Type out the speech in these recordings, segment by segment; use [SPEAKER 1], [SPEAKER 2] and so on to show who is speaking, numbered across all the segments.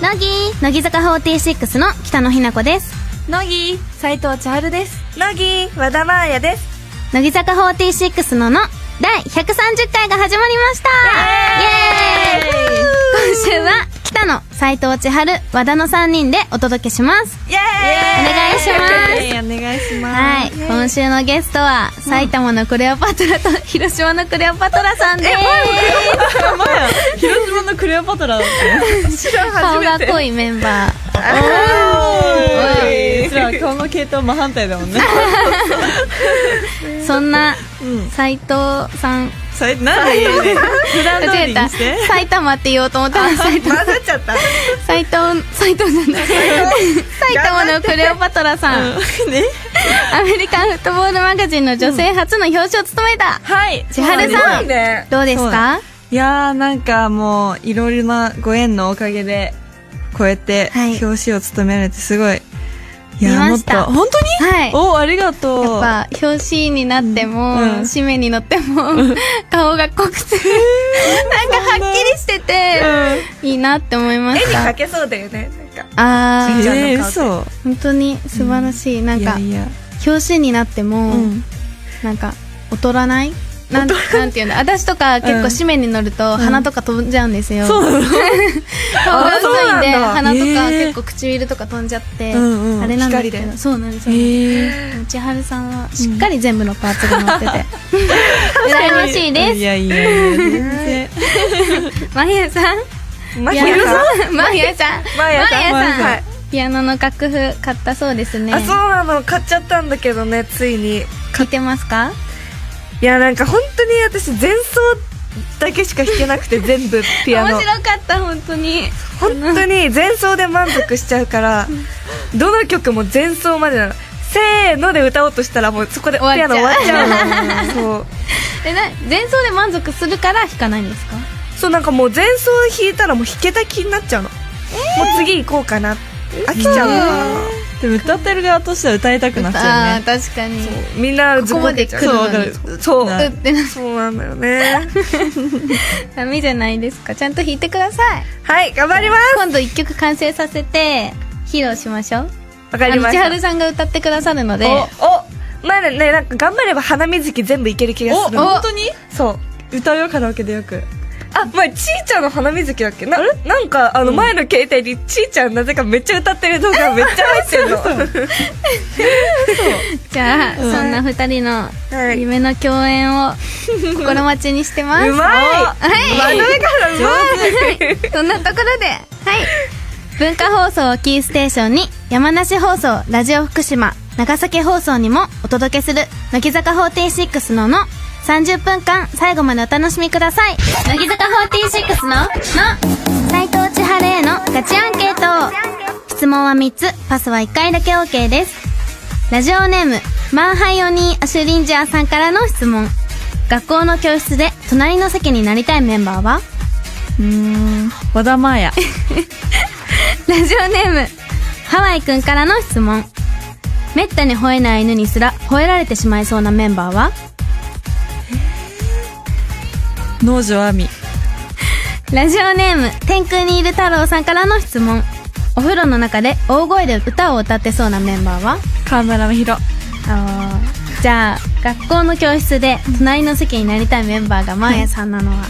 [SPEAKER 1] 乃木乃木坂46の北野日向子です
[SPEAKER 2] 乃木
[SPEAKER 3] 斉藤千春です
[SPEAKER 2] 乃木和田真彩です
[SPEAKER 1] 乃木坂46のの第130回が始まりましたイエーイ今週は北野斉藤千春和田の3人でお届けします
[SPEAKER 2] イエーイ
[SPEAKER 1] 願いし
[SPEAKER 3] お願いします
[SPEAKER 1] はい今週のゲストは埼玉のクレオパトラと広島のクレオパトラさんです
[SPEAKER 3] 広島のクレオパトラだって
[SPEAKER 2] 白
[SPEAKER 1] 顔
[SPEAKER 2] 初
[SPEAKER 1] が
[SPEAKER 2] めて
[SPEAKER 1] 濃いメンバー
[SPEAKER 3] うちらは顔の系統真反対だもんね
[SPEAKER 1] そんな
[SPEAKER 3] うん
[SPEAKER 1] 斉藤さん
[SPEAKER 3] それなんで言うね普段通
[SPEAKER 1] 間違
[SPEAKER 3] り
[SPEAKER 1] えた
[SPEAKER 3] にして
[SPEAKER 1] 埼玉って言おうと思ったら
[SPEAKER 2] 混
[SPEAKER 1] 斉藤
[SPEAKER 2] ざっちゃった
[SPEAKER 1] 斉藤斉藤じゃない埼玉のクレオパトラさん
[SPEAKER 3] ね
[SPEAKER 1] アメリカンフットボールマガジンの女性初の表紙を務めた
[SPEAKER 3] はい
[SPEAKER 1] 千春さ
[SPEAKER 2] すごい
[SPEAKER 1] ん
[SPEAKER 2] ね
[SPEAKER 1] どうですか
[SPEAKER 3] いやーなんかもういろいろなご縁のおかげでこうやって
[SPEAKER 1] はい
[SPEAKER 3] 表紙を務められてすごいいや
[SPEAKER 1] 見
[SPEAKER 3] ー
[SPEAKER 1] ました
[SPEAKER 3] もっと本当に
[SPEAKER 1] はい
[SPEAKER 3] おありがとう
[SPEAKER 1] やっぱ表紙になっても、
[SPEAKER 3] うん
[SPEAKER 1] 紙面に載っても、顔が濃くてなんかはっきりしてて、いいなって思いま
[SPEAKER 2] 絵
[SPEAKER 1] し
[SPEAKER 2] に
[SPEAKER 1] た
[SPEAKER 2] 描けそうだよねなんか
[SPEAKER 1] あ
[SPEAKER 3] うん
[SPEAKER 2] ちゃ
[SPEAKER 1] ー
[SPEAKER 2] ん
[SPEAKER 3] えー、
[SPEAKER 2] の顔
[SPEAKER 3] 嘘
[SPEAKER 1] 本当に素晴らしい、なん
[SPEAKER 3] い
[SPEAKER 1] か
[SPEAKER 3] やいや
[SPEAKER 1] 表紙になっても、
[SPEAKER 3] うん
[SPEAKER 1] なんか劣らないなんなんていうの私とか結構紙面に乗ると鼻とか飛んじゃうんですよ、
[SPEAKER 3] そうなの
[SPEAKER 1] 顔が
[SPEAKER 3] あそう
[SPEAKER 1] 薄い
[SPEAKER 3] なんん
[SPEAKER 1] で
[SPEAKER 3] だ
[SPEAKER 1] 鼻とか
[SPEAKER 3] へー
[SPEAKER 1] 結構唇とか飛んじゃって、
[SPEAKER 3] うんうん
[SPEAKER 1] あれなんですけ
[SPEAKER 3] 光
[SPEAKER 1] ど
[SPEAKER 3] で
[SPEAKER 1] そうなんですよ、
[SPEAKER 3] えー
[SPEAKER 1] 千春さんはしっかり全部のパーツが乗ってて羨ましいで
[SPEAKER 3] い
[SPEAKER 1] す
[SPEAKER 3] やいやいや全然
[SPEAKER 1] まゆさん
[SPEAKER 2] マ
[SPEAKER 1] い
[SPEAKER 2] ヒ
[SPEAKER 1] や
[SPEAKER 2] ルさん
[SPEAKER 1] まゆさん
[SPEAKER 2] まやさん
[SPEAKER 1] まや
[SPEAKER 2] は
[SPEAKER 1] ん
[SPEAKER 2] い
[SPEAKER 1] ピアノの楽譜買ったそうですね
[SPEAKER 2] あそうなの買っちゃったんだけどねついに
[SPEAKER 1] 聞いてますか
[SPEAKER 2] いやなんか本当に私前奏だけしか弾けな くて全部ピアノ
[SPEAKER 1] 面白かった本当に
[SPEAKER 2] 本当に前奏で満足しちゃうからどの曲も前奏までなのせーので歌おうとしたらもうそこでピ
[SPEAKER 1] 終わ
[SPEAKER 2] ア
[SPEAKER 1] っちゃう
[SPEAKER 2] ノ終わっちゃ うのそう
[SPEAKER 1] えな前奏で満足するから弾かないんですか
[SPEAKER 2] そうなんかもう前奏弾いたらもう弾けた気になっちゃうの、もう次行こうかな飽きちゃうのか
[SPEAKER 3] でも歌ってる側としては歌いたくなっちゃう
[SPEAKER 1] あー
[SPEAKER 3] ね
[SPEAKER 1] 確かに
[SPEAKER 2] なみんなズボけちゃう
[SPEAKER 1] ここま
[SPEAKER 3] そうわか
[SPEAKER 1] で来
[SPEAKER 3] る
[SPEAKER 1] る
[SPEAKER 2] そう
[SPEAKER 3] な
[SPEAKER 1] うってな
[SPEAKER 2] そうなんだよね
[SPEAKER 1] ダメじゃないですかちゃんと弾いてください
[SPEAKER 2] はい頑張ります
[SPEAKER 1] 今度一曲完成させて披露しましょう
[SPEAKER 2] わかりま
[SPEAKER 1] あの
[SPEAKER 2] し
[SPEAKER 1] 千
[SPEAKER 2] た
[SPEAKER 1] 春さんが歌ってくださるので
[SPEAKER 2] おおまあねなんか頑張れば花水木全部いける気が
[SPEAKER 3] お
[SPEAKER 2] するの
[SPEAKER 3] 本当に
[SPEAKER 2] そう
[SPEAKER 3] 歌うよカラオケでよく
[SPEAKER 2] あまあちーちゃんの花水木だっけななんかあの前の携帯にちーちゃんなぜかめっちゃ歌ってる動画めっちゃ入ってるの
[SPEAKER 1] じゃあ、
[SPEAKER 3] うん
[SPEAKER 1] そんな二人の
[SPEAKER 2] はい
[SPEAKER 1] 夢の共演を心待ちにしてます。
[SPEAKER 2] うまい
[SPEAKER 1] はい。
[SPEAKER 2] 真上からうまい
[SPEAKER 1] そんなところで、はい。文化放送をキーステーションに、山梨放送、ラジオ福島、長崎放送にもお届けする、乃木坂46のの、30分間最後までお楽しみください。乃木坂46の、の、斎藤千春へのガチアンケート。質問は3つ、パスは1回だけ OK です。ラジオネーム、マンハイオニー・アシュリンジャーさんからの質問。学校の教室で隣の席になりたいメンバーは
[SPEAKER 3] うん和田真彩
[SPEAKER 1] ラジオネームハワイくんからの質問めったに吠えない犬にすら吠えられてしまいそうなメンバーは
[SPEAKER 3] 能條亜美
[SPEAKER 1] ラジオネーム天空にいる太郎さんからの質問お風呂の中で大声で歌を歌ってそうなメンバーは
[SPEAKER 3] 河村真宏
[SPEAKER 1] あーじゃあ学校の教室で隣の席になりたいメンバーがマーヤさんなのは、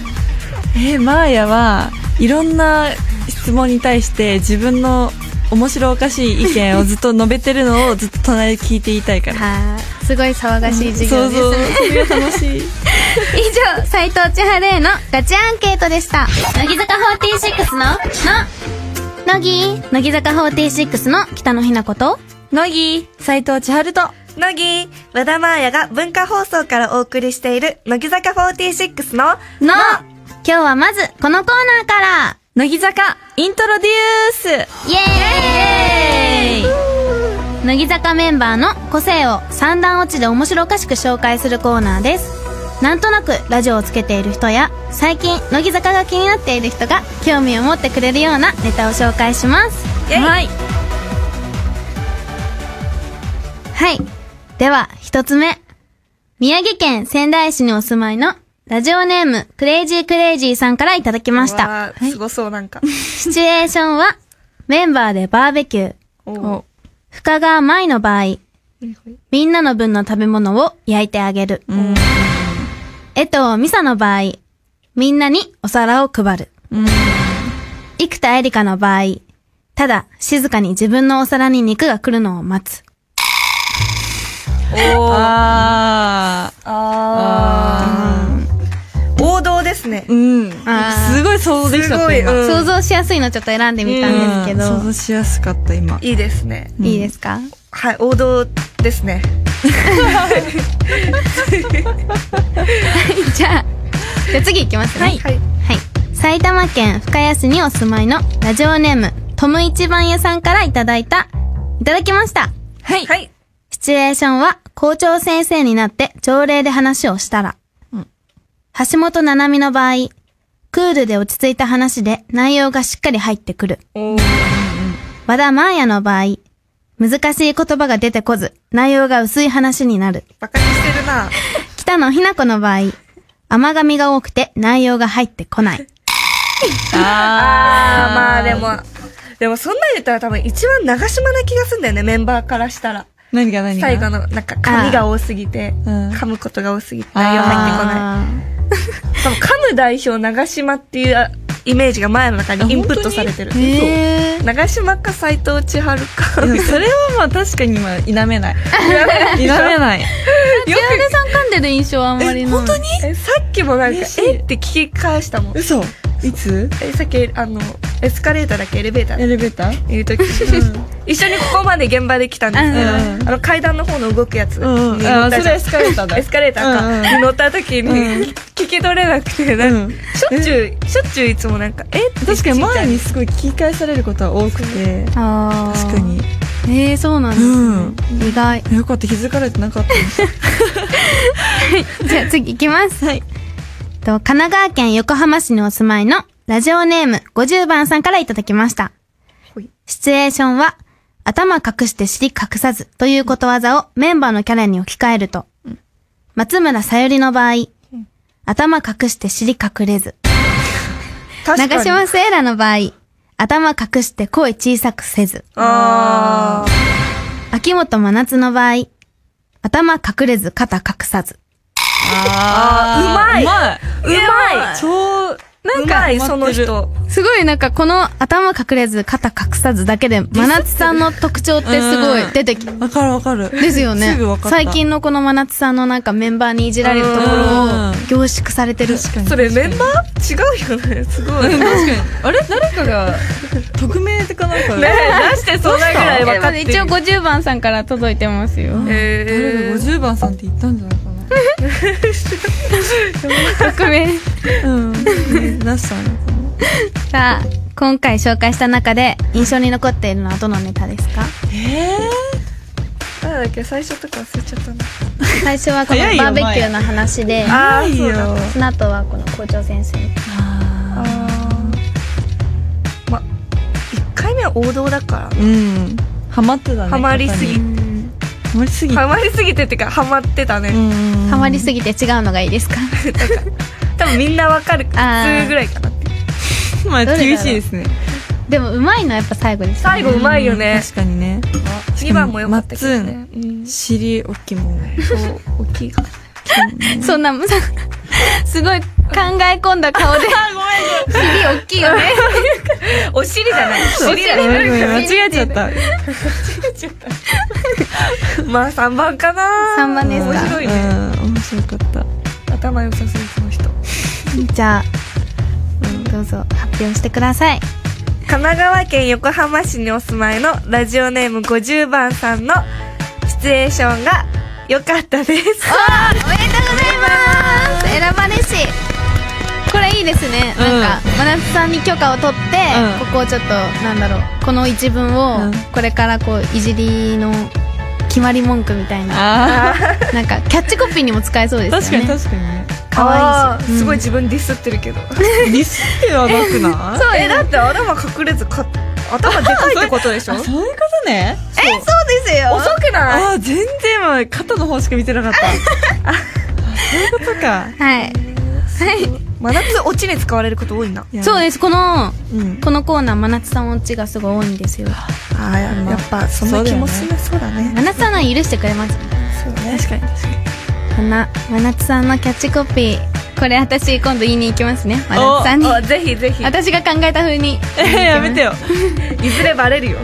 [SPEAKER 3] えー、マーヤはいろんな質問に対して自分の面白おかしい意見をずっと述べてるのをずっと隣で聞いていたいから
[SPEAKER 1] はーすごい騒がしい授
[SPEAKER 3] そ
[SPEAKER 1] 業
[SPEAKER 3] う
[SPEAKER 1] ですね、
[SPEAKER 3] そうそれが楽 しい
[SPEAKER 1] 以上斉藤千春へのガチアンケートでした乃木坂46の「の」乃木乃木坂46の北野日向子と
[SPEAKER 3] 乃木斎藤千春と
[SPEAKER 2] 乃木和田真彩が文化放送からお送りしている乃木坂46の
[SPEAKER 1] 「の」今日はまずこのコーナーから
[SPEAKER 3] 乃木坂イントロデュース
[SPEAKER 1] イエーイ乃木坂メンバーの個性を三段落ちで面白おかしく紹介するコーナーですなんとなくラジオをつけている人や最近乃木坂が気になっている人が興味を持ってくれるようなネタを紹介します
[SPEAKER 2] イエイ
[SPEAKER 3] はい
[SPEAKER 1] はい。では、一つ目。宮城県仙台市にお住まいの、ラジオネーム、クレイジークレイジーさんからいただきました。
[SPEAKER 2] わあすごそうなんか
[SPEAKER 1] シチュエーションは、メンバーでバーベキュー。
[SPEAKER 2] お
[SPEAKER 3] お
[SPEAKER 1] 深川舞の場合、みんなの分の食べ物を焼いてあげる。
[SPEAKER 3] うん
[SPEAKER 1] 江藤美沙の場合、みんなにお皿を配る。
[SPEAKER 3] うん
[SPEAKER 1] 生田絵梨香の場合、ただ静かに自分のお皿に肉が来るのを待つ。
[SPEAKER 3] あー
[SPEAKER 2] あー王道ですね
[SPEAKER 3] うん
[SPEAKER 1] あー
[SPEAKER 3] すごい想像できちゃっ
[SPEAKER 2] すご
[SPEAKER 3] た
[SPEAKER 2] い
[SPEAKER 3] 今
[SPEAKER 2] うん
[SPEAKER 1] 想像しやすいのちょっと選んでみたんですけ
[SPEAKER 3] うん
[SPEAKER 1] ど
[SPEAKER 3] 想、像しやすかった今
[SPEAKER 2] いいですね
[SPEAKER 3] うん
[SPEAKER 1] いいですか
[SPEAKER 2] はい王道ですね
[SPEAKER 1] じゃあ、じゃあ次行きますね。はい。
[SPEAKER 2] はい
[SPEAKER 1] 埼玉県深谷市にお住まいのラジオネーム、トム一番屋さんからいただいた、いただきました。
[SPEAKER 3] はい
[SPEAKER 2] はい
[SPEAKER 1] シチュエーションは、校長先生になって朝礼で話をしたら。
[SPEAKER 3] うん
[SPEAKER 1] 橋本七海の場合、クールで落ち着いた話で内容がしっかり入ってくる。
[SPEAKER 2] お
[SPEAKER 1] 和田真也の場合、難しい言葉が出てこず、内容が薄い話になる。
[SPEAKER 2] バカにしてるな
[SPEAKER 1] 北野ひな子の場合、甘噛みが多くて内容が入ってこない。
[SPEAKER 3] あ
[SPEAKER 2] あーまあでもでもそんなん言ったら多分一番長島な気がするんだよねメンバーからしたら
[SPEAKER 3] 何が何が
[SPEAKER 2] 最後のなんか髪が多すぎて
[SPEAKER 3] うん
[SPEAKER 2] 噛むことが多すぎて内容入ってこない多分噛む代表長島っていうあイメージが前の中にインプットされてる
[SPEAKER 3] あ本当に
[SPEAKER 1] へー
[SPEAKER 2] 長島か斎藤千春か
[SPEAKER 3] いやそれはまあ確かに今否 めない否めない
[SPEAKER 1] 千春さん噛んでる印象はあんまりない。
[SPEAKER 3] に
[SPEAKER 2] えさっきもなんか
[SPEAKER 3] 嬉しい
[SPEAKER 2] えって聞き返したもん
[SPEAKER 3] 嘘いつ
[SPEAKER 2] えさっきあのエスカレーターだっけエレベーターだ
[SPEAKER 3] エ
[SPEAKER 2] っ
[SPEAKER 3] レベーター
[SPEAKER 2] けいう時一緒にここまで現場で来たんですけど、
[SPEAKER 3] うん
[SPEAKER 2] あの階段の方の動くやつに乗
[SPEAKER 3] う
[SPEAKER 2] っ
[SPEAKER 3] んあ
[SPEAKER 2] た
[SPEAKER 3] そ
[SPEAKER 2] じゃ
[SPEAKER 3] れ
[SPEAKER 2] ん
[SPEAKER 3] エスカレーターだ
[SPEAKER 2] エスカレーターか、
[SPEAKER 3] うんうん
[SPEAKER 2] に乗った時に、
[SPEAKER 3] うん
[SPEAKER 2] 聞き取れなくて、なんか
[SPEAKER 3] う
[SPEAKER 2] しょ
[SPEAKER 3] ん
[SPEAKER 2] っちゅうしょっちゅういつもなんかえって
[SPEAKER 3] 確かに前
[SPEAKER 2] に
[SPEAKER 3] にすごい聞き返されることは多くて
[SPEAKER 1] あー
[SPEAKER 3] 確か。に
[SPEAKER 1] えー、そうなんです
[SPEAKER 3] うん
[SPEAKER 1] ね。意外。
[SPEAKER 3] よかった気づかれてなかったです
[SPEAKER 1] じゃあ次行きます。
[SPEAKER 3] はい
[SPEAKER 1] と、神奈川県横浜市にお住まいのラジオネーム50番さんからいただきました
[SPEAKER 2] ほい。
[SPEAKER 1] シチュエーションは、頭隠して尻隠さずということわざをメンバーのキャラに置き換えると、松村さゆりの場合、頭隠して尻隠れず、
[SPEAKER 2] 確か
[SPEAKER 1] 長
[SPEAKER 2] に
[SPEAKER 1] 島セイラの場合、頭隠して声小さくせず、
[SPEAKER 2] あー
[SPEAKER 1] 秋元真夏の場合、頭隠れず肩隠さず。
[SPEAKER 2] あーうまいう
[SPEAKER 3] まいう
[SPEAKER 2] まい
[SPEAKER 3] 超なん
[SPEAKER 2] う
[SPEAKER 3] か
[SPEAKER 2] まい
[SPEAKER 3] 待ってる
[SPEAKER 2] その人
[SPEAKER 1] すごいなんかこの頭隠れず肩隠さずだけで、真夏さんの特徴ってすごい出てき、
[SPEAKER 3] わかるわかる
[SPEAKER 1] ですよね
[SPEAKER 3] すぐわか。った
[SPEAKER 1] 最近のこの真夏さんのなんかメンバーにいじられるところ
[SPEAKER 3] うん
[SPEAKER 1] を凝縮されてる。
[SPEAKER 3] 確かに
[SPEAKER 2] それメンバー違うよねすごいね
[SPEAKER 3] 確かにあれ誰かが匿名でかなんか
[SPEAKER 2] 出してそんなぐらい分かってる
[SPEAKER 1] 一応50番さんから届いてます よ。
[SPEAKER 3] 誰
[SPEAKER 2] え
[SPEAKER 3] が
[SPEAKER 2] ー
[SPEAKER 3] 50番さんって言ったんじゃない
[SPEAKER 1] 匿名。
[SPEAKER 3] かなうんね出したのかな
[SPEAKER 1] さあ、今回紹介した中で印象に残っているのはどのネタですか
[SPEAKER 3] え
[SPEAKER 2] なんだっけ最初とか忘れちゃったな
[SPEAKER 1] 最初はこの
[SPEAKER 3] 早いよ
[SPEAKER 1] バーベキューの話で、
[SPEAKER 2] あ
[SPEAKER 3] ー
[SPEAKER 2] ーそうだ
[SPEAKER 1] その後はこの校長先生。
[SPEAKER 3] あ
[SPEAKER 2] あーま1回目は王道だから
[SPEAKER 3] ーうんハマってたね
[SPEAKER 2] ハマりすぎ
[SPEAKER 3] 型にハマりすぎ
[SPEAKER 2] ハマりすぎてっていうかハマってたね
[SPEAKER 3] ん
[SPEAKER 1] ハマり
[SPEAKER 3] す
[SPEAKER 1] すぎて違うのがいいですか
[SPEAKER 2] 多分みんな分かる
[SPEAKER 1] あー
[SPEAKER 2] 普通ぐらいかなって
[SPEAKER 3] ぎまあ
[SPEAKER 1] どれだろう
[SPEAKER 3] 厳しいですね
[SPEAKER 1] でもうまいのはやっぱ最後です、ね。
[SPEAKER 2] 最後うまいよね
[SPEAKER 3] 確かにね
[SPEAKER 2] 2番も良かったけどねうん
[SPEAKER 3] 尻大きいもん
[SPEAKER 2] そう大きいか
[SPEAKER 1] そんな、むさすごい考え込んだ顔 で。ごめん ごめん。大きいよね。
[SPEAKER 2] お尻じゃない
[SPEAKER 3] ご
[SPEAKER 2] 尻
[SPEAKER 3] め
[SPEAKER 2] だ
[SPEAKER 3] んごめん
[SPEAKER 2] ね
[SPEAKER 3] 間違えちゃった
[SPEAKER 2] まあ3番かな
[SPEAKER 1] 三番ですか
[SPEAKER 2] 面白いね
[SPEAKER 3] うん面白かった
[SPEAKER 2] 頭良さそうその人
[SPEAKER 1] じゃあ、うんどうぞ発表してください。
[SPEAKER 2] 神奈川県横浜市にお住まいのラジオネーム50番さんのシチュエーションが良かったです
[SPEAKER 1] おめでとうございます選ばれし。これいいですね。
[SPEAKER 3] うん
[SPEAKER 1] なんか、真夏さんに許可を取って、
[SPEAKER 3] うん
[SPEAKER 1] ここをちょっと、なんだろう、この一文
[SPEAKER 3] う
[SPEAKER 1] を
[SPEAKER 3] ん、
[SPEAKER 1] これからこう、いじりの決まり文句みたいな、
[SPEAKER 3] あ
[SPEAKER 1] なんか、キャッチコピーにも使えそうで
[SPEAKER 3] ー
[SPEAKER 1] す
[SPEAKER 3] 確
[SPEAKER 1] よ
[SPEAKER 3] か
[SPEAKER 1] ね。
[SPEAKER 3] に確かにね
[SPEAKER 1] かわいいし。
[SPEAKER 2] いすごい自分ディスってるけど
[SPEAKER 3] リスってはなくない
[SPEAKER 2] そうえだって頭隠れずか頭でかいってことでしょ
[SPEAKER 3] あそういうことね
[SPEAKER 2] えそうですよ遅くない
[SPEAKER 3] あー全然今 肩の方しか見てなかったあそういうことか
[SPEAKER 1] はい。はい。
[SPEAKER 2] 真夏オチに使われること多いな。
[SPEAKER 1] そう
[SPEAKER 3] す。
[SPEAKER 1] ですこの
[SPEAKER 3] うん。
[SPEAKER 1] このコーナー真夏さんオチがすごい多いんですよ
[SPEAKER 2] ああ、ややっぱ、そんな気もする。そうだね。
[SPEAKER 1] 真夏さんなら許してくれます
[SPEAKER 2] そうだね。
[SPEAKER 3] 確かに確かに。
[SPEAKER 1] こんな真夏さんのキャッチコピーこれ私今度言いに行きますね真夏さんに
[SPEAKER 2] おおぜひぜひ。
[SPEAKER 1] 私が考えた風 に
[SPEAKER 3] えー、やめてよ。
[SPEAKER 2] いずれバレるよ。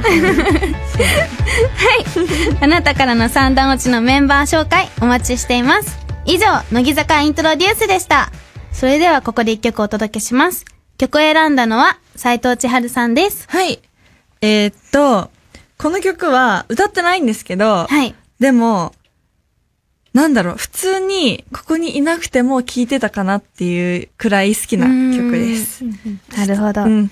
[SPEAKER 1] あなたからの三段落ちのメンバー紹介お待ちしています。以上、乃木坂イントロデュースでした。それではここで一曲お届けします。曲を選んだのは斉藤千春さんです。
[SPEAKER 3] はい。えーっと、この曲は歌ってないんですけど、
[SPEAKER 1] はい。
[SPEAKER 3] でも、なんだろう、普通にここにいなくても聴いてたかなっていうくらい好きな曲です。
[SPEAKER 1] なるほど。
[SPEAKER 3] うん。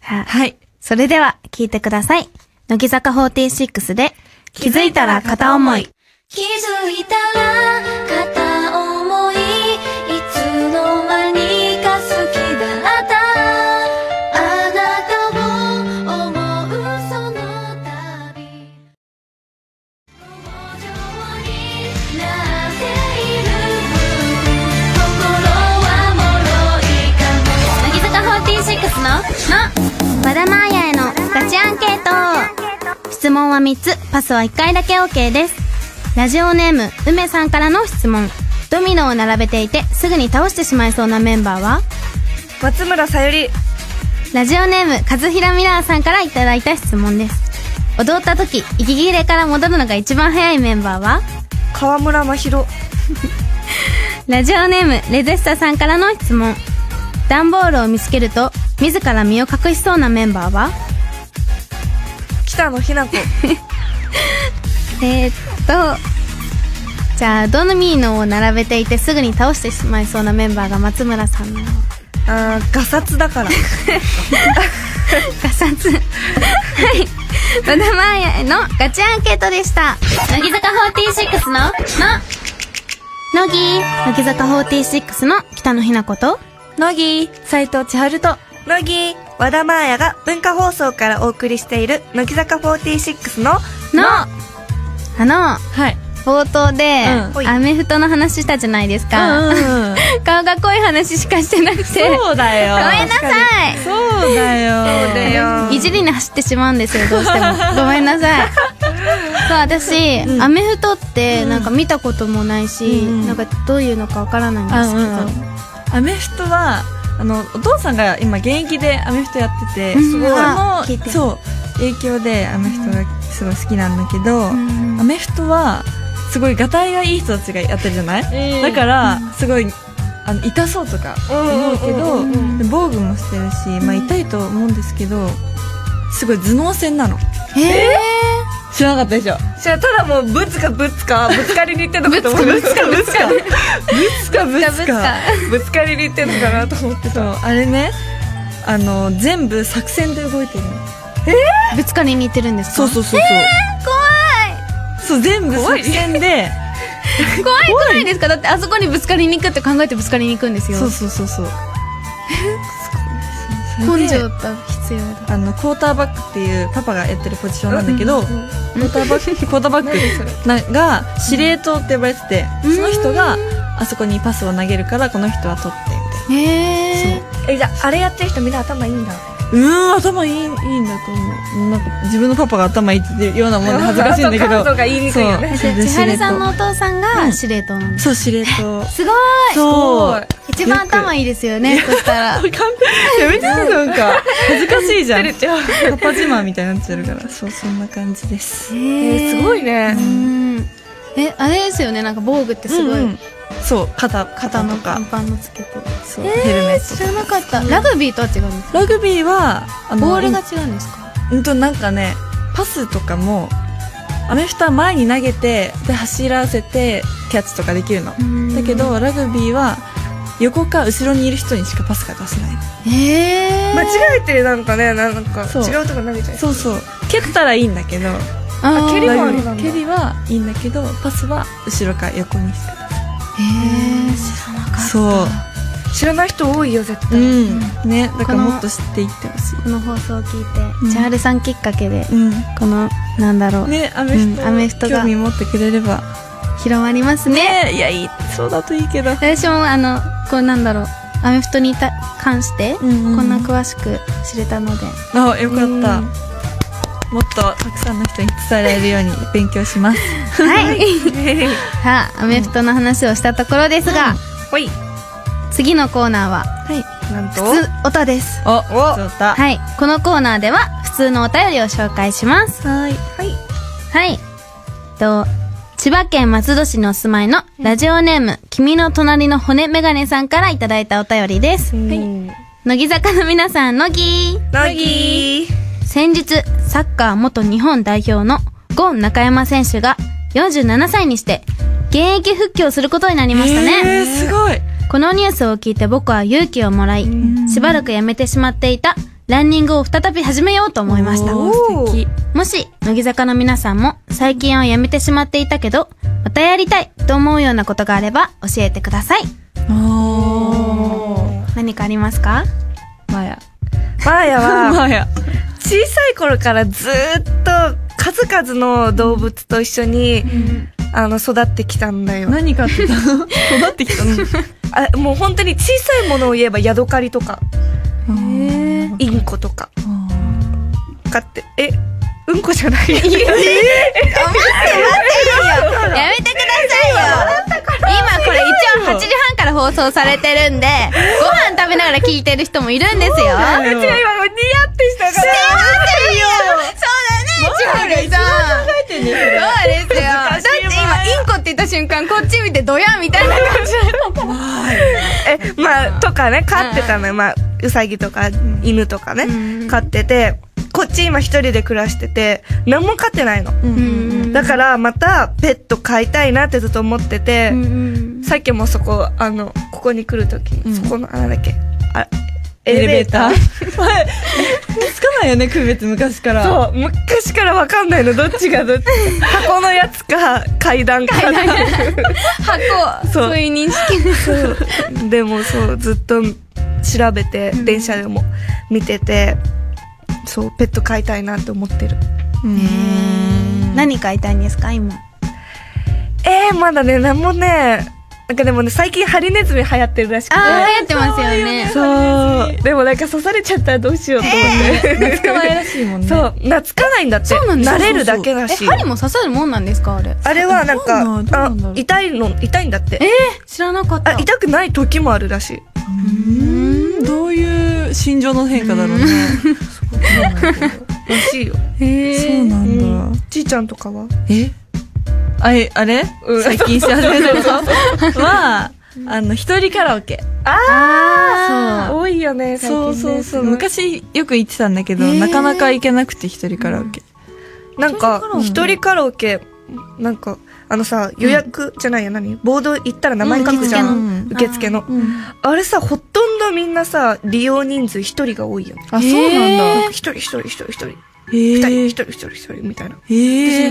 [SPEAKER 1] は
[SPEAKER 3] はい。
[SPEAKER 1] それでは聴いてください。乃木坂46で気づいたら片思い。
[SPEAKER 4] 気づいたら片思いいつの間にか好きだったあなたを思うその度上になっている心は脆いかも
[SPEAKER 1] 乃木坂46のの和田真彩へのガチアンケート質問は3つパスは1回だけ OK ですラジオネーム梅さんからの質問ドミノを並べていてすぐに倒してしまいそうなメンバーは
[SPEAKER 2] 松村さゆり、
[SPEAKER 1] ラジオネーム和平ミラーさんからいただいた質問です踊った時息切れから戻るのが一番早いメンバーは
[SPEAKER 2] 河村真宏、
[SPEAKER 1] ラジオネームレゼスタさんからの質問段ボールを見つけると自ら身を隠しそうなメンバーは
[SPEAKER 2] 北野日な子、
[SPEAKER 1] えー、っとじゃあドヌミーノを並べていてすぐに倒してしまいそうなメンバーが松村さんの
[SPEAKER 2] あー、ガサツだから。
[SPEAKER 1] ガサツはい和田真彩へのガチアンケートでした乃木坂46のの乃木乃木坂46の北野日向子と
[SPEAKER 3] 乃木、斎藤千春と、
[SPEAKER 2] 乃木、和田真彩が文化放送からお送りしている、乃木坂46の、
[SPEAKER 1] のあの
[SPEAKER 3] はい。
[SPEAKER 1] 冒頭で、
[SPEAKER 2] うん
[SPEAKER 1] アメフトの話したじゃないですか、
[SPEAKER 3] うんうん。
[SPEAKER 1] 顔が濃い話しかしてなくて
[SPEAKER 3] そうだよ。
[SPEAKER 1] ごめんなさい
[SPEAKER 3] そうだよ。
[SPEAKER 2] だよ
[SPEAKER 1] いじりに走ってしまうんですよどうしてもごめんなさいそう私、アメフトってなんか見たこともないし、
[SPEAKER 3] うんうん
[SPEAKER 1] なんかどういうのかわからないんですけど、
[SPEAKER 3] あうんアメフトはあのお父さんが今現役でアメフトやってて、
[SPEAKER 1] うん
[SPEAKER 3] それ
[SPEAKER 1] あ聞いて
[SPEAKER 3] のそう影響でアメフトがすごい好きなんだけど、
[SPEAKER 1] うん
[SPEAKER 3] アメフトはすごいガタイがいい人たちがやってるじゃない、だからすごいあの痛そうとか思うけど、
[SPEAKER 2] うんうん
[SPEAKER 3] で防具もしてるし、まあ、痛いと思うんですけどすごい頭脳戦なの
[SPEAKER 1] え
[SPEAKER 3] 知らなかったでしょ
[SPEAKER 2] じゃあ、ただもう、ぶつかぶつか、ぶつかりに行ってんのかと思って。ぶつかぶつか。
[SPEAKER 3] つかぶ
[SPEAKER 1] ー、ガブッカ
[SPEAKER 2] ぶつかりに行ってんのかなと思って
[SPEAKER 3] そう
[SPEAKER 2] た。
[SPEAKER 3] あれねあの全部作戦で動いてるの
[SPEAKER 1] ぶつかりに似てるんですか
[SPEAKER 3] そうそうそうそう。怖い。そう全部
[SPEAKER 2] 怖い
[SPEAKER 3] 作戦で、
[SPEAKER 1] 怖いくないですかだってあそこにぶつかりに行くって考えてぶつかりに行くんですよ
[SPEAKER 3] そうそうそう そう。
[SPEAKER 1] 根
[SPEAKER 3] それで
[SPEAKER 1] 性と必要だ
[SPEAKER 3] あのクォーターバックっていうパパがやってるポジションなんだけど、クォーターバッ ククォーターバックなが司令塔って呼ばれてて、その人があそこにパスを投げるからこの人は取ってみた
[SPEAKER 1] へ
[SPEAKER 3] いな。
[SPEAKER 1] え
[SPEAKER 2] え、じゃあ、あれやってる人みんな頭いいんだ。
[SPEAKER 3] うーん頭いいいいんだと思う。なんか自分のパパが頭いいって言ってるようなもんで恥ずかしいんだけ
[SPEAKER 2] 感想
[SPEAKER 3] ど。
[SPEAKER 2] が言いにくいよね。
[SPEAKER 1] じゃあ千春さんのお
[SPEAKER 3] の
[SPEAKER 1] 父さんが司令塔なんです、
[SPEAKER 3] そう司令 塔。
[SPEAKER 1] すごい
[SPEAKER 3] そう。
[SPEAKER 1] 一番頭いいですよねそした ら
[SPEAKER 3] やめてなんか恥ずかしいじゃんパパ自慢みたいになっちゃうからそうそんな感じです
[SPEAKER 1] え
[SPEAKER 2] えーすごいね
[SPEAKER 1] う。んえあれですよねなんか防具ってすごい、
[SPEAKER 3] うんうんそう肩肩
[SPEAKER 1] 肩
[SPEAKER 3] と
[SPEAKER 1] の
[SPEAKER 3] か
[SPEAKER 1] パンのつけて
[SPEAKER 3] そうヘルメット
[SPEAKER 1] 知
[SPEAKER 3] とから
[SPEAKER 1] なかったラグビーとは違うんです
[SPEAKER 3] ラグビーはあの
[SPEAKER 1] ボールが違うんですか
[SPEAKER 3] うんとなんかねパスとかもアメフトは前に投げてで走らせてキャッチとかできるのだけどラグビーは横か後ろにいる人にしかパスが出せない
[SPEAKER 1] えー、
[SPEAKER 2] 間違えて、なんかね、なんか、
[SPEAKER 3] そう
[SPEAKER 2] 違うとこ投げちゃう。
[SPEAKER 3] そうそう蹴ったらいいんだけど
[SPEAKER 1] あー
[SPEAKER 2] 蹴りもあるんだ
[SPEAKER 3] 蹴りはいいんだけどパスは後ろか横にしか
[SPEAKER 1] えー、知らなかった
[SPEAKER 3] そう
[SPEAKER 2] 知らない人多いよ、絶
[SPEAKER 3] う
[SPEAKER 2] 対。
[SPEAKER 3] ん、ねだ
[SPEAKER 1] こ
[SPEAKER 3] から
[SPEAKER 1] の
[SPEAKER 3] もっと知っていってほしい
[SPEAKER 1] この放送を聞いて、
[SPEAKER 3] うん
[SPEAKER 1] 千春さんきっかけで
[SPEAKER 3] うん
[SPEAKER 1] このなんだろう、
[SPEAKER 3] ねアメフト、
[SPEAKER 1] うんアメフトが
[SPEAKER 3] 興味持ってくれれば
[SPEAKER 1] 広まりますね
[SPEAKER 3] ねいやいいそうだといいけど
[SPEAKER 1] 私もあのこうなんだろうアメフトにた関して、
[SPEAKER 3] うんうん
[SPEAKER 1] こんな詳しく知れたの で
[SPEAKER 3] あよかった、
[SPEAKER 1] うん
[SPEAKER 3] もっとたくさんの人に伝えられるように勉強します
[SPEAKER 1] はいさあアメフトの話をしたところですが、
[SPEAKER 2] ほい
[SPEAKER 1] 次のコーナーは
[SPEAKER 3] はい
[SPEAKER 2] なんと
[SPEAKER 1] 普通おたです
[SPEAKER 3] お
[SPEAKER 2] お
[SPEAKER 3] そうだ
[SPEAKER 1] はいこのコーナーでは普通のお便りを紹介します
[SPEAKER 3] はい
[SPEAKER 2] はい
[SPEAKER 1] はい。と、千葉県松戸市にお住まいのラジオネーム、君の隣の骨メガネさんからいただいたお便りです。乃木坂の皆さん、乃木
[SPEAKER 2] 乃木
[SPEAKER 1] 先日、サッカー元日本代表のゴン中山選手が47歳にして現役復帰をすることになりましたね。
[SPEAKER 3] えー、すごい
[SPEAKER 1] このニュースを聞いて僕は勇気をもらい、しばらくやめてしまっていたランニングを再び始めようと思いました。
[SPEAKER 3] おー素敵
[SPEAKER 1] もし、乃木坂の皆さんも最近はやめてしまっていたけど、またやりたいと思うようなことがあれば教えてください。
[SPEAKER 3] おー
[SPEAKER 1] 何かありますか
[SPEAKER 3] マヤ
[SPEAKER 2] マー ヤは
[SPEAKER 3] マヤ
[SPEAKER 2] 小さい頃からずーっと数々の動物と一緒に、あの育ってきたんだよ
[SPEAKER 3] 何かってた育ってきたの
[SPEAKER 2] あもう本当に小さいものを言えばヤドカリとか
[SPEAKER 3] え
[SPEAKER 2] インコとか
[SPEAKER 3] ー
[SPEAKER 2] 飼ってえうんこじゃない
[SPEAKER 1] やめてくださいよ今これ一応8時半から放送されてるんで、ご飯食べながら聞いてる人もいるんですよ。
[SPEAKER 2] うちは今ニヤってしたか
[SPEAKER 1] そうだね、
[SPEAKER 2] ら
[SPEAKER 1] 千春さん。そうですよ。だって今、インコって言った瞬間、こっち見てドヤみたいな感じだった。
[SPEAKER 2] えまあとかね飼ってたのよ、まあウサギとか犬とかね、
[SPEAKER 1] うん
[SPEAKER 2] 飼っててこっち今一人で暮らしてて何も飼ってないの、だからまたペット飼いたいなってずっと思ってて、さっきもそこあのここに来る時に、
[SPEAKER 3] う
[SPEAKER 2] そ
[SPEAKER 3] ん
[SPEAKER 2] このあなんだっけあ
[SPEAKER 3] エレベーター 前つかないよね区別昔から
[SPEAKER 2] そう昔から分かんないのどっちがどっちか箱のやつか階段か
[SPEAKER 1] 箱、
[SPEAKER 2] そう
[SPEAKER 1] そういう認識。
[SPEAKER 2] でもそうずっと調べて、
[SPEAKER 1] うん
[SPEAKER 2] 電車でも見ててそうペット飼いたいなって思ってる
[SPEAKER 3] うん
[SPEAKER 1] 何買いたいんですか、今。
[SPEAKER 2] えー、まだね何もねなんかでもね最近ハリネズミ流行ってるらしくて
[SPEAKER 1] あー、流行ってますよね。
[SPEAKER 2] そうでもなんか刺されちゃったらどうしようと思って、
[SPEAKER 3] つかないらしいもん ね
[SPEAKER 2] そう懐かないんだって
[SPEAKER 1] そうなんです
[SPEAKER 2] 慣れるだけだし
[SPEAKER 1] え、針も刺さるもんなんですか、あれ。
[SPEAKER 2] あれはなん
[SPEAKER 3] どうなん
[SPEAKER 2] か
[SPEAKER 3] だ
[SPEAKER 2] あ
[SPEAKER 3] どうなんだろう
[SPEAKER 2] 痛いの痛いんだって
[SPEAKER 1] え知らなかった。
[SPEAKER 2] あ痛くない時もあるらしい
[SPEAKER 3] うんどういう心情の変化だろうね
[SPEAKER 2] らしいよ、
[SPEAKER 3] そうなんだ、
[SPEAKER 2] うんちいちゃんとかは
[SPEAKER 3] えあれあれ、
[SPEAKER 2] うん
[SPEAKER 3] 最近し始めたことはあの一人カラオケ
[SPEAKER 1] あ
[SPEAKER 2] 多いよね最近ね
[SPEAKER 3] そうそうそう
[SPEAKER 2] すごい
[SPEAKER 3] 昔よく行ってたんだけど、
[SPEAKER 1] えー
[SPEAKER 3] なかなか行けなくて一人カラオケ、
[SPEAKER 2] なんか一
[SPEAKER 3] 一
[SPEAKER 2] 人
[SPEAKER 3] 人
[SPEAKER 2] カラオケなんかあのさ予約じゃないや何ボード行ったら名前書くじゃん
[SPEAKER 3] うん
[SPEAKER 2] 受付のあれさほとんどみんなさ利用人数一人が多いよね
[SPEAKER 3] あそうなんだ
[SPEAKER 2] 一人一人一人一人
[SPEAKER 3] え
[SPEAKER 2] 二
[SPEAKER 3] ー、
[SPEAKER 2] 人一人一人一人みたいな
[SPEAKER 3] えー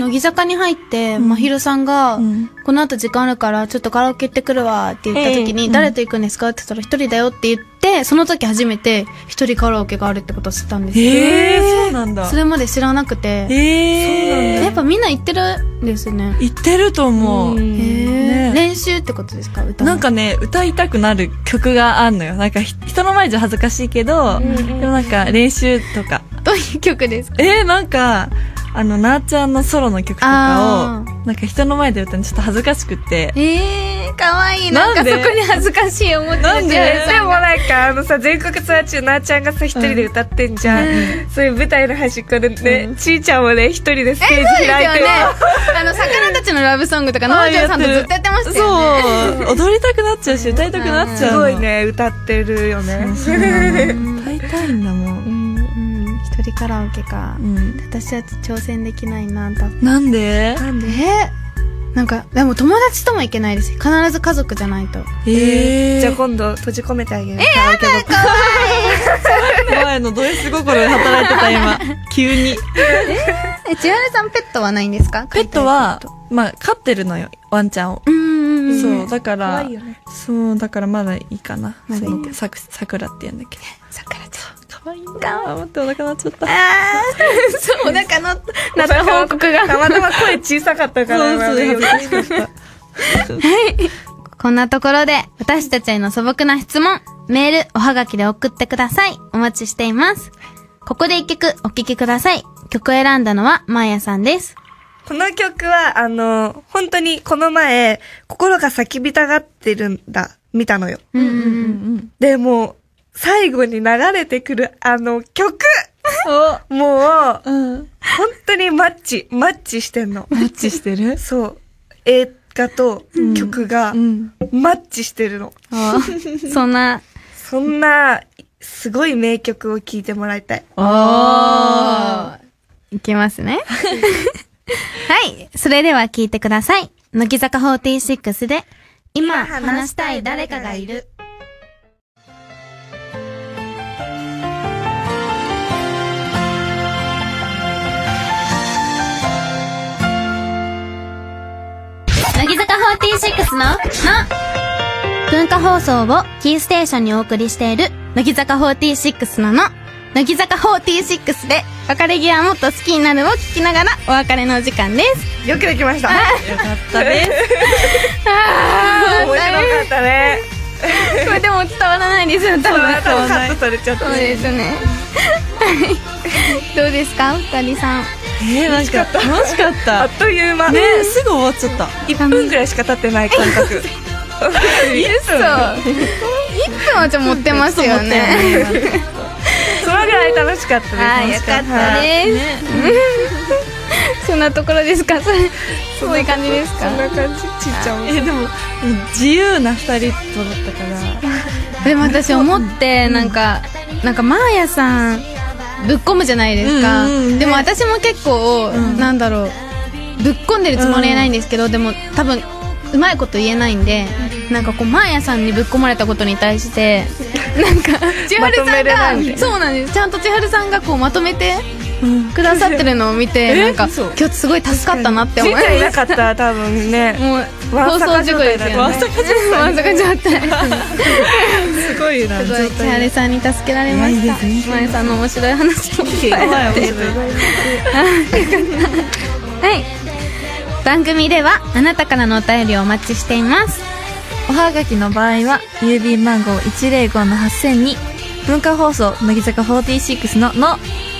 [SPEAKER 1] 私、乃木坂に入って、まひるさんが、
[SPEAKER 3] うん
[SPEAKER 1] この後時間あるから、ちょっとカラオケ行ってくるわって言った時
[SPEAKER 3] え
[SPEAKER 1] に、
[SPEAKER 3] え
[SPEAKER 1] 誰と行くんですかって言ったら、一人だよって言って、その時初めて、一人カラオケがあるってことを知ったんですよ。
[SPEAKER 3] えー、そうなんだ
[SPEAKER 1] それまで知らなくて。
[SPEAKER 3] えー、
[SPEAKER 1] やっぱみんな行ってるんですね。
[SPEAKER 3] 行ってると思
[SPEAKER 2] う
[SPEAKER 3] う、
[SPEAKER 2] ん
[SPEAKER 1] へー
[SPEAKER 3] ね
[SPEAKER 1] 練習ってことですか歌の
[SPEAKER 3] なんかね歌いたくなる曲があんのよなんかひ人の前じゃ恥ずかしいけど、
[SPEAKER 2] うんうん
[SPEAKER 3] でもなんか練習とか
[SPEAKER 1] どういう曲ですか
[SPEAKER 3] えー、なんかあのなーちゃんのソロの曲とか
[SPEAKER 1] あ
[SPEAKER 3] をなんか人の前で歌うのちょっと恥ずかしくて
[SPEAKER 1] えー、かわいい。なんか
[SPEAKER 3] なん
[SPEAKER 1] そ
[SPEAKER 3] で
[SPEAKER 1] こに恥ずかしい思ってる
[SPEAKER 3] なんで
[SPEAKER 1] 千
[SPEAKER 2] で
[SPEAKER 1] 春
[SPEAKER 2] もなんかあのさ全国ツアー中なあちゃんがさ一人で歌ってんじゃん、そういう舞台の端っこでね、ちいちゃんもね一人でステージ
[SPEAKER 1] さん
[SPEAKER 2] 開い
[SPEAKER 1] です
[SPEAKER 2] て
[SPEAKER 1] よね。あの、魚たちのラブソングとか、のんちゃんさんとずっとやってましたよね。
[SPEAKER 3] そう踊りたくなっちゃうし歌いたくなっちゃう
[SPEAKER 2] す
[SPEAKER 3] の
[SPEAKER 2] ごいね歌ってるよね
[SPEAKER 3] そうなの歌いたいんだも、
[SPEAKER 2] うんん
[SPEAKER 1] うん、一人カラオケか
[SPEAKER 3] う。ん、
[SPEAKER 1] 私は挑戦できないな、多分。
[SPEAKER 3] なんで
[SPEAKER 1] なんでなんか、でも友達とも行けないです。必ず家族じゃないと。
[SPEAKER 3] えー、
[SPEAKER 2] じ
[SPEAKER 3] じ
[SPEAKER 2] ゃ
[SPEAKER 3] ゃ
[SPEAKER 2] あ
[SPEAKER 3] あ
[SPEAKER 2] 今度閉じ込めてあげる、カラオケボックス
[SPEAKER 3] 前のド S 心で働いて た今急に
[SPEAKER 1] え、千春さんペットはないんですか
[SPEAKER 3] ペットはまあ飼ってるのよワンちゃんを、
[SPEAKER 1] うんうんうん。
[SPEAKER 3] そうだか
[SPEAKER 2] 可
[SPEAKER 3] ら
[SPEAKER 2] 愛いよね
[SPEAKER 3] そうだからまだいいかな
[SPEAKER 1] まだいい
[SPEAKER 3] そのさくさくらって言うんだけど
[SPEAKER 1] 桜ちゃん。
[SPEAKER 3] かわいいなあ待ってお腹鳴っちゃった
[SPEAKER 1] そう、なんかの、
[SPEAKER 2] なった報告がたまたま声小さかったからな
[SPEAKER 3] 恥ずかしかった
[SPEAKER 1] こんなところで、私たちへの素朴な質問、メール、おはがきで送ってください。お待ちしています。ここで一曲お聴きください。曲を選んだのは、まーやさんです。
[SPEAKER 2] この曲は、あの、本当にこの前、心が叫びたがってるんだ、見たのよ。
[SPEAKER 1] うんう
[SPEAKER 3] うん
[SPEAKER 1] ん
[SPEAKER 3] うん。
[SPEAKER 2] で、もう最後に流れてくるあの曲もう、本
[SPEAKER 3] お、うん。
[SPEAKER 2] 当にマッチ、マッチしてんの。
[SPEAKER 3] マッチしてる
[SPEAKER 2] そう。映画と曲が
[SPEAKER 3] うん。
[SPEAKER 2] マッチしてるの。
[SPEAKER 1] うん。そんな、
[SPEAKER 2] そんな、すごい名曲を聴いてもらいたい。
[SPEAKER 3] お
[SPEAKER 1] あいきますね。はい。それでは聞いてください。乃木坂46で、今話したい誰かがいる。乃木坂46の、の文化放送をキーステーションにお送りしている、乃木坂46のの、乃木坂46で、別れ際もっと好きになるを聞きながらお別れのお時間です。
[SPEAKER 2] よくできました。
[SPEAKER 3] よかったです。
[SPEAKER 2] 面白かったね。
[SPEAKER 1] これでも伝わらないですよ、多
[SPEAKER 2] 多
[SPEAKER 1] 分。
[SPEAKER 2] 分カットされちゃった。
[SPEAKER 1] そうですね。 はい。どうですか、お二人さん。
[SPEAKER 3] えー、なんか楽しかっ
[SPEAKER 2] あ
[SPEAKER 3] た
[SPEAKER 2] っ。という間。
[SPEAKER 3] ねすぐ終わっちゃった。
[SPEAKER 2] 1分ぐらいしか経ってない感覚。
[SPEAKER 1] そう。一分はちょっと持ってますよね。
[SPEAKER 2] そのぐらい楽しかったです。
[SPEAKER 1] はい、よかったです。 そんなところですか。それそういう感じですか
[SPEAKER 2] こん。な感じ、ちっちゃ
[SPEAKER 3] えでも自由な二人とだったから
[SPEAKER 1] でも私思って、なんか、なんかマーヤさん。ぶっ込むじゃないですか。
[SPEAKER 3] うんうんうん
[SPEAKER 1] でも私も結構、
[SPEAKER 3] ん
[SPEAKER 1] なんだろう。ぶっ込んでるつもりはないんですけど、でも多分。うまいこと言えないんで、なんかこうマーヤさんにぶっ込まれたことに対 して、なんか千春
[SPEAKER 2] まとめれな
[SPEAKER 1] さ
[SPEAKER 2] いみ
[SPEAKER 1] ん
[SPEAKER 2] たい
[SPEAKER 1] が
[SPEAKER 2] な
[SPEAKER 1] そうなんです。ちゃんと千春さんがこうまとめてくださってるのを見て、なんか
[SPEAKER 3] 嘘
[SPEAKER 1] 今日すごい助かったなって
[SPEAKER 2] い。
[SPEAKER 1] 思
[SPEAKER 2] ち
[SPEAKER 1] い
[SPEAKER 2] っ
[SPEAKER 1] ま
[SPEAKER 2] ちゃい
[SPEAKER 1] す
[SPEAKER 2] な。かった、多分ね。
[SPEAKER 1] もう
[SPEAKER 2] わ
[SPEAKER 1] 放
[SPEAKER 2] んさ
[SPEAKER 1] 送
[SPEAKER 2] か
[SPEAKER 1] 事
[SPEAKER 2] 状
[SPEAKER 1] 故です
[SPEAKER 2] 態だ
[SPEAKER 1] よ
[SPEAKER 2] ね
[SPEAKER 1] ね。
[SPEAKER 2] わんさ
[SPEAKER 1] まさ か状態。
[SPEAKER 3] すごいな
[SPEAKER 1] すごい千春さんに助けられました。千春さんの面白い話も 聞いて。はい。番組ではあなたからのお便りをお待ちしています。
[SPEAKER 3] おはがきの場合は郵便番号105の8000に文化放送乃木坂46のの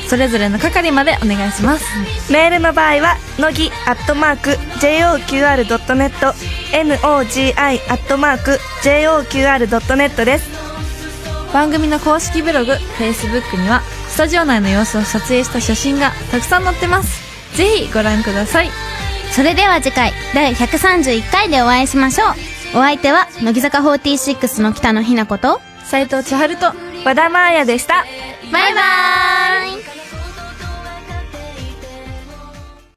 [SPEAKER 3] それぞれの係までお願いします
[SPEAKER 2] メールの場合は、のぎ、アットマーク、joqr.net、nogi、アットマーク、joqr.net です。
[SPEAKER 3] 番組の公式ブログ Facebook にはスタジオ内の様子を撮影した写真がたくさん載ってますぜひご覧ください
[SPEAKER 1] それでは次回第131回でお会いしましょう。お相手は乃木坂46の北野日な子と
[SPEAKER 3] 斉藤千春と
[SPEAKER 2] 和田真彩でした。
[SPEAKER 1] バイバーイ。
[SPEAKER 4] 「